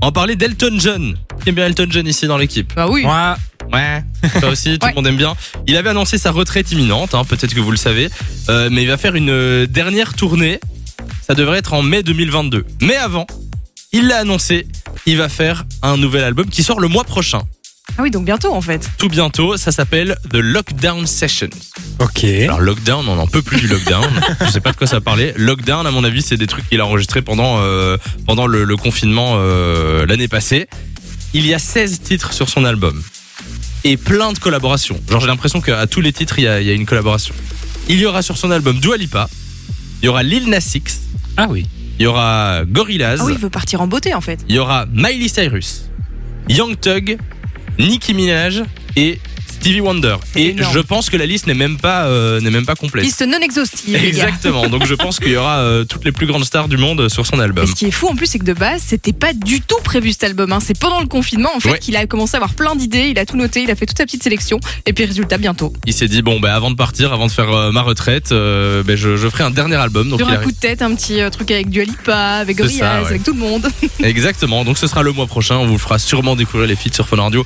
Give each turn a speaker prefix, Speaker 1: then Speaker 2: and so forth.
Speaker 1: On va parler d'Elton John. Qui aime bien Elton John ici dans l'équipe
Speaker 2: Bah oui.
Speaker 3: Moi,
Speaker 1: Ouais. Toi aussi, tout le
Speaker 2: Ouais.
Speaker 1: monde aime bien. Il avait annoncé sa retraite imminente, hein, peut-être que vous le savez. Euh, mais il va faire une euh, dernière tournée. Ça devrait être en mai 2022. Mais avant, il l'a annoncé, il va faire un nouvel album qui sort le mois prochain.
Speaker 2: Ah oui, donc bientôt en fait.
Speaker 1: Tout bientôt, ça s'appelle The Lockdown Sessions.
Speaker 3: ok.
Speaker 1: Alors lockdown, on n'en peut plus du lockdown. Je sais pas de quoi ça parlait. Lockdown, à mon avis, c'est des trucs qu'il a enregistrés pendant euh, pendant le, le confinement euh, l'année passée. Il y a 16 titres sur son album et plein de collaborations. Genre j'ai l'impression qu'à tous les titres il y, a, il y a une collaboration. Il y aura sur son album Dua Lipa, il y aura Lil Nas X,
Speaker 3: Ah oui.
Speaker 1: il y aura Gorillaz,
Speaker 2: Ah oui, il veut partir en beauté en fait.
Speaker 1: il y aura Miley Cyrus, Young Thug, Nicki Minaj et Stevie Wonder.
Speaker 2: C'est
Speaker 1: Et
Speaker 2: énorme.
Speaker 1: je pense que la liste n'est même pas euh, n'est même pas complète.
Speaker 2: Liste non exhaustive. les gars.
Speaker 1: Exactement. Donc je pense qu'il y aura euh, toutes les plus grandes stars du monde euh, sur son
Speaker 2: Et
Speaker 1: album.
Speaker 2: ce qui est fou en plus, c'est que de base, c'était pas du tout prévu cet album. hein. C'est pendant le confinement en fait
Speaker 1: Ouais.
Speaker 2: qu'il a commencé à avoir plein d'idées. Il a tout noté, il a fait toute sa petite sélection. Et puis résultat, bientôt.
Speaker 1: Il s'est dit bon ben avant de partir, avant de faire euh, ma retraite, euh, ben, je, je ferai un dernier album. Donc
Speaker 2: Sur
Speaker 1: il
Speaker 2: un
Speaker 1: arrive-
Speaker 2: coup de tête, un petit euh, truc avec Dua Lipa, avec
Speaker 1: C'est ça,
Speaker 2: Gorillaz,
Speaker 1: ouais.
Speaker 2: avec tout le monde.
Speaker 1: Exactement. Donc ce sera le mois prochain. On vous fera sûrement découvrir les feats sur Fun Radio.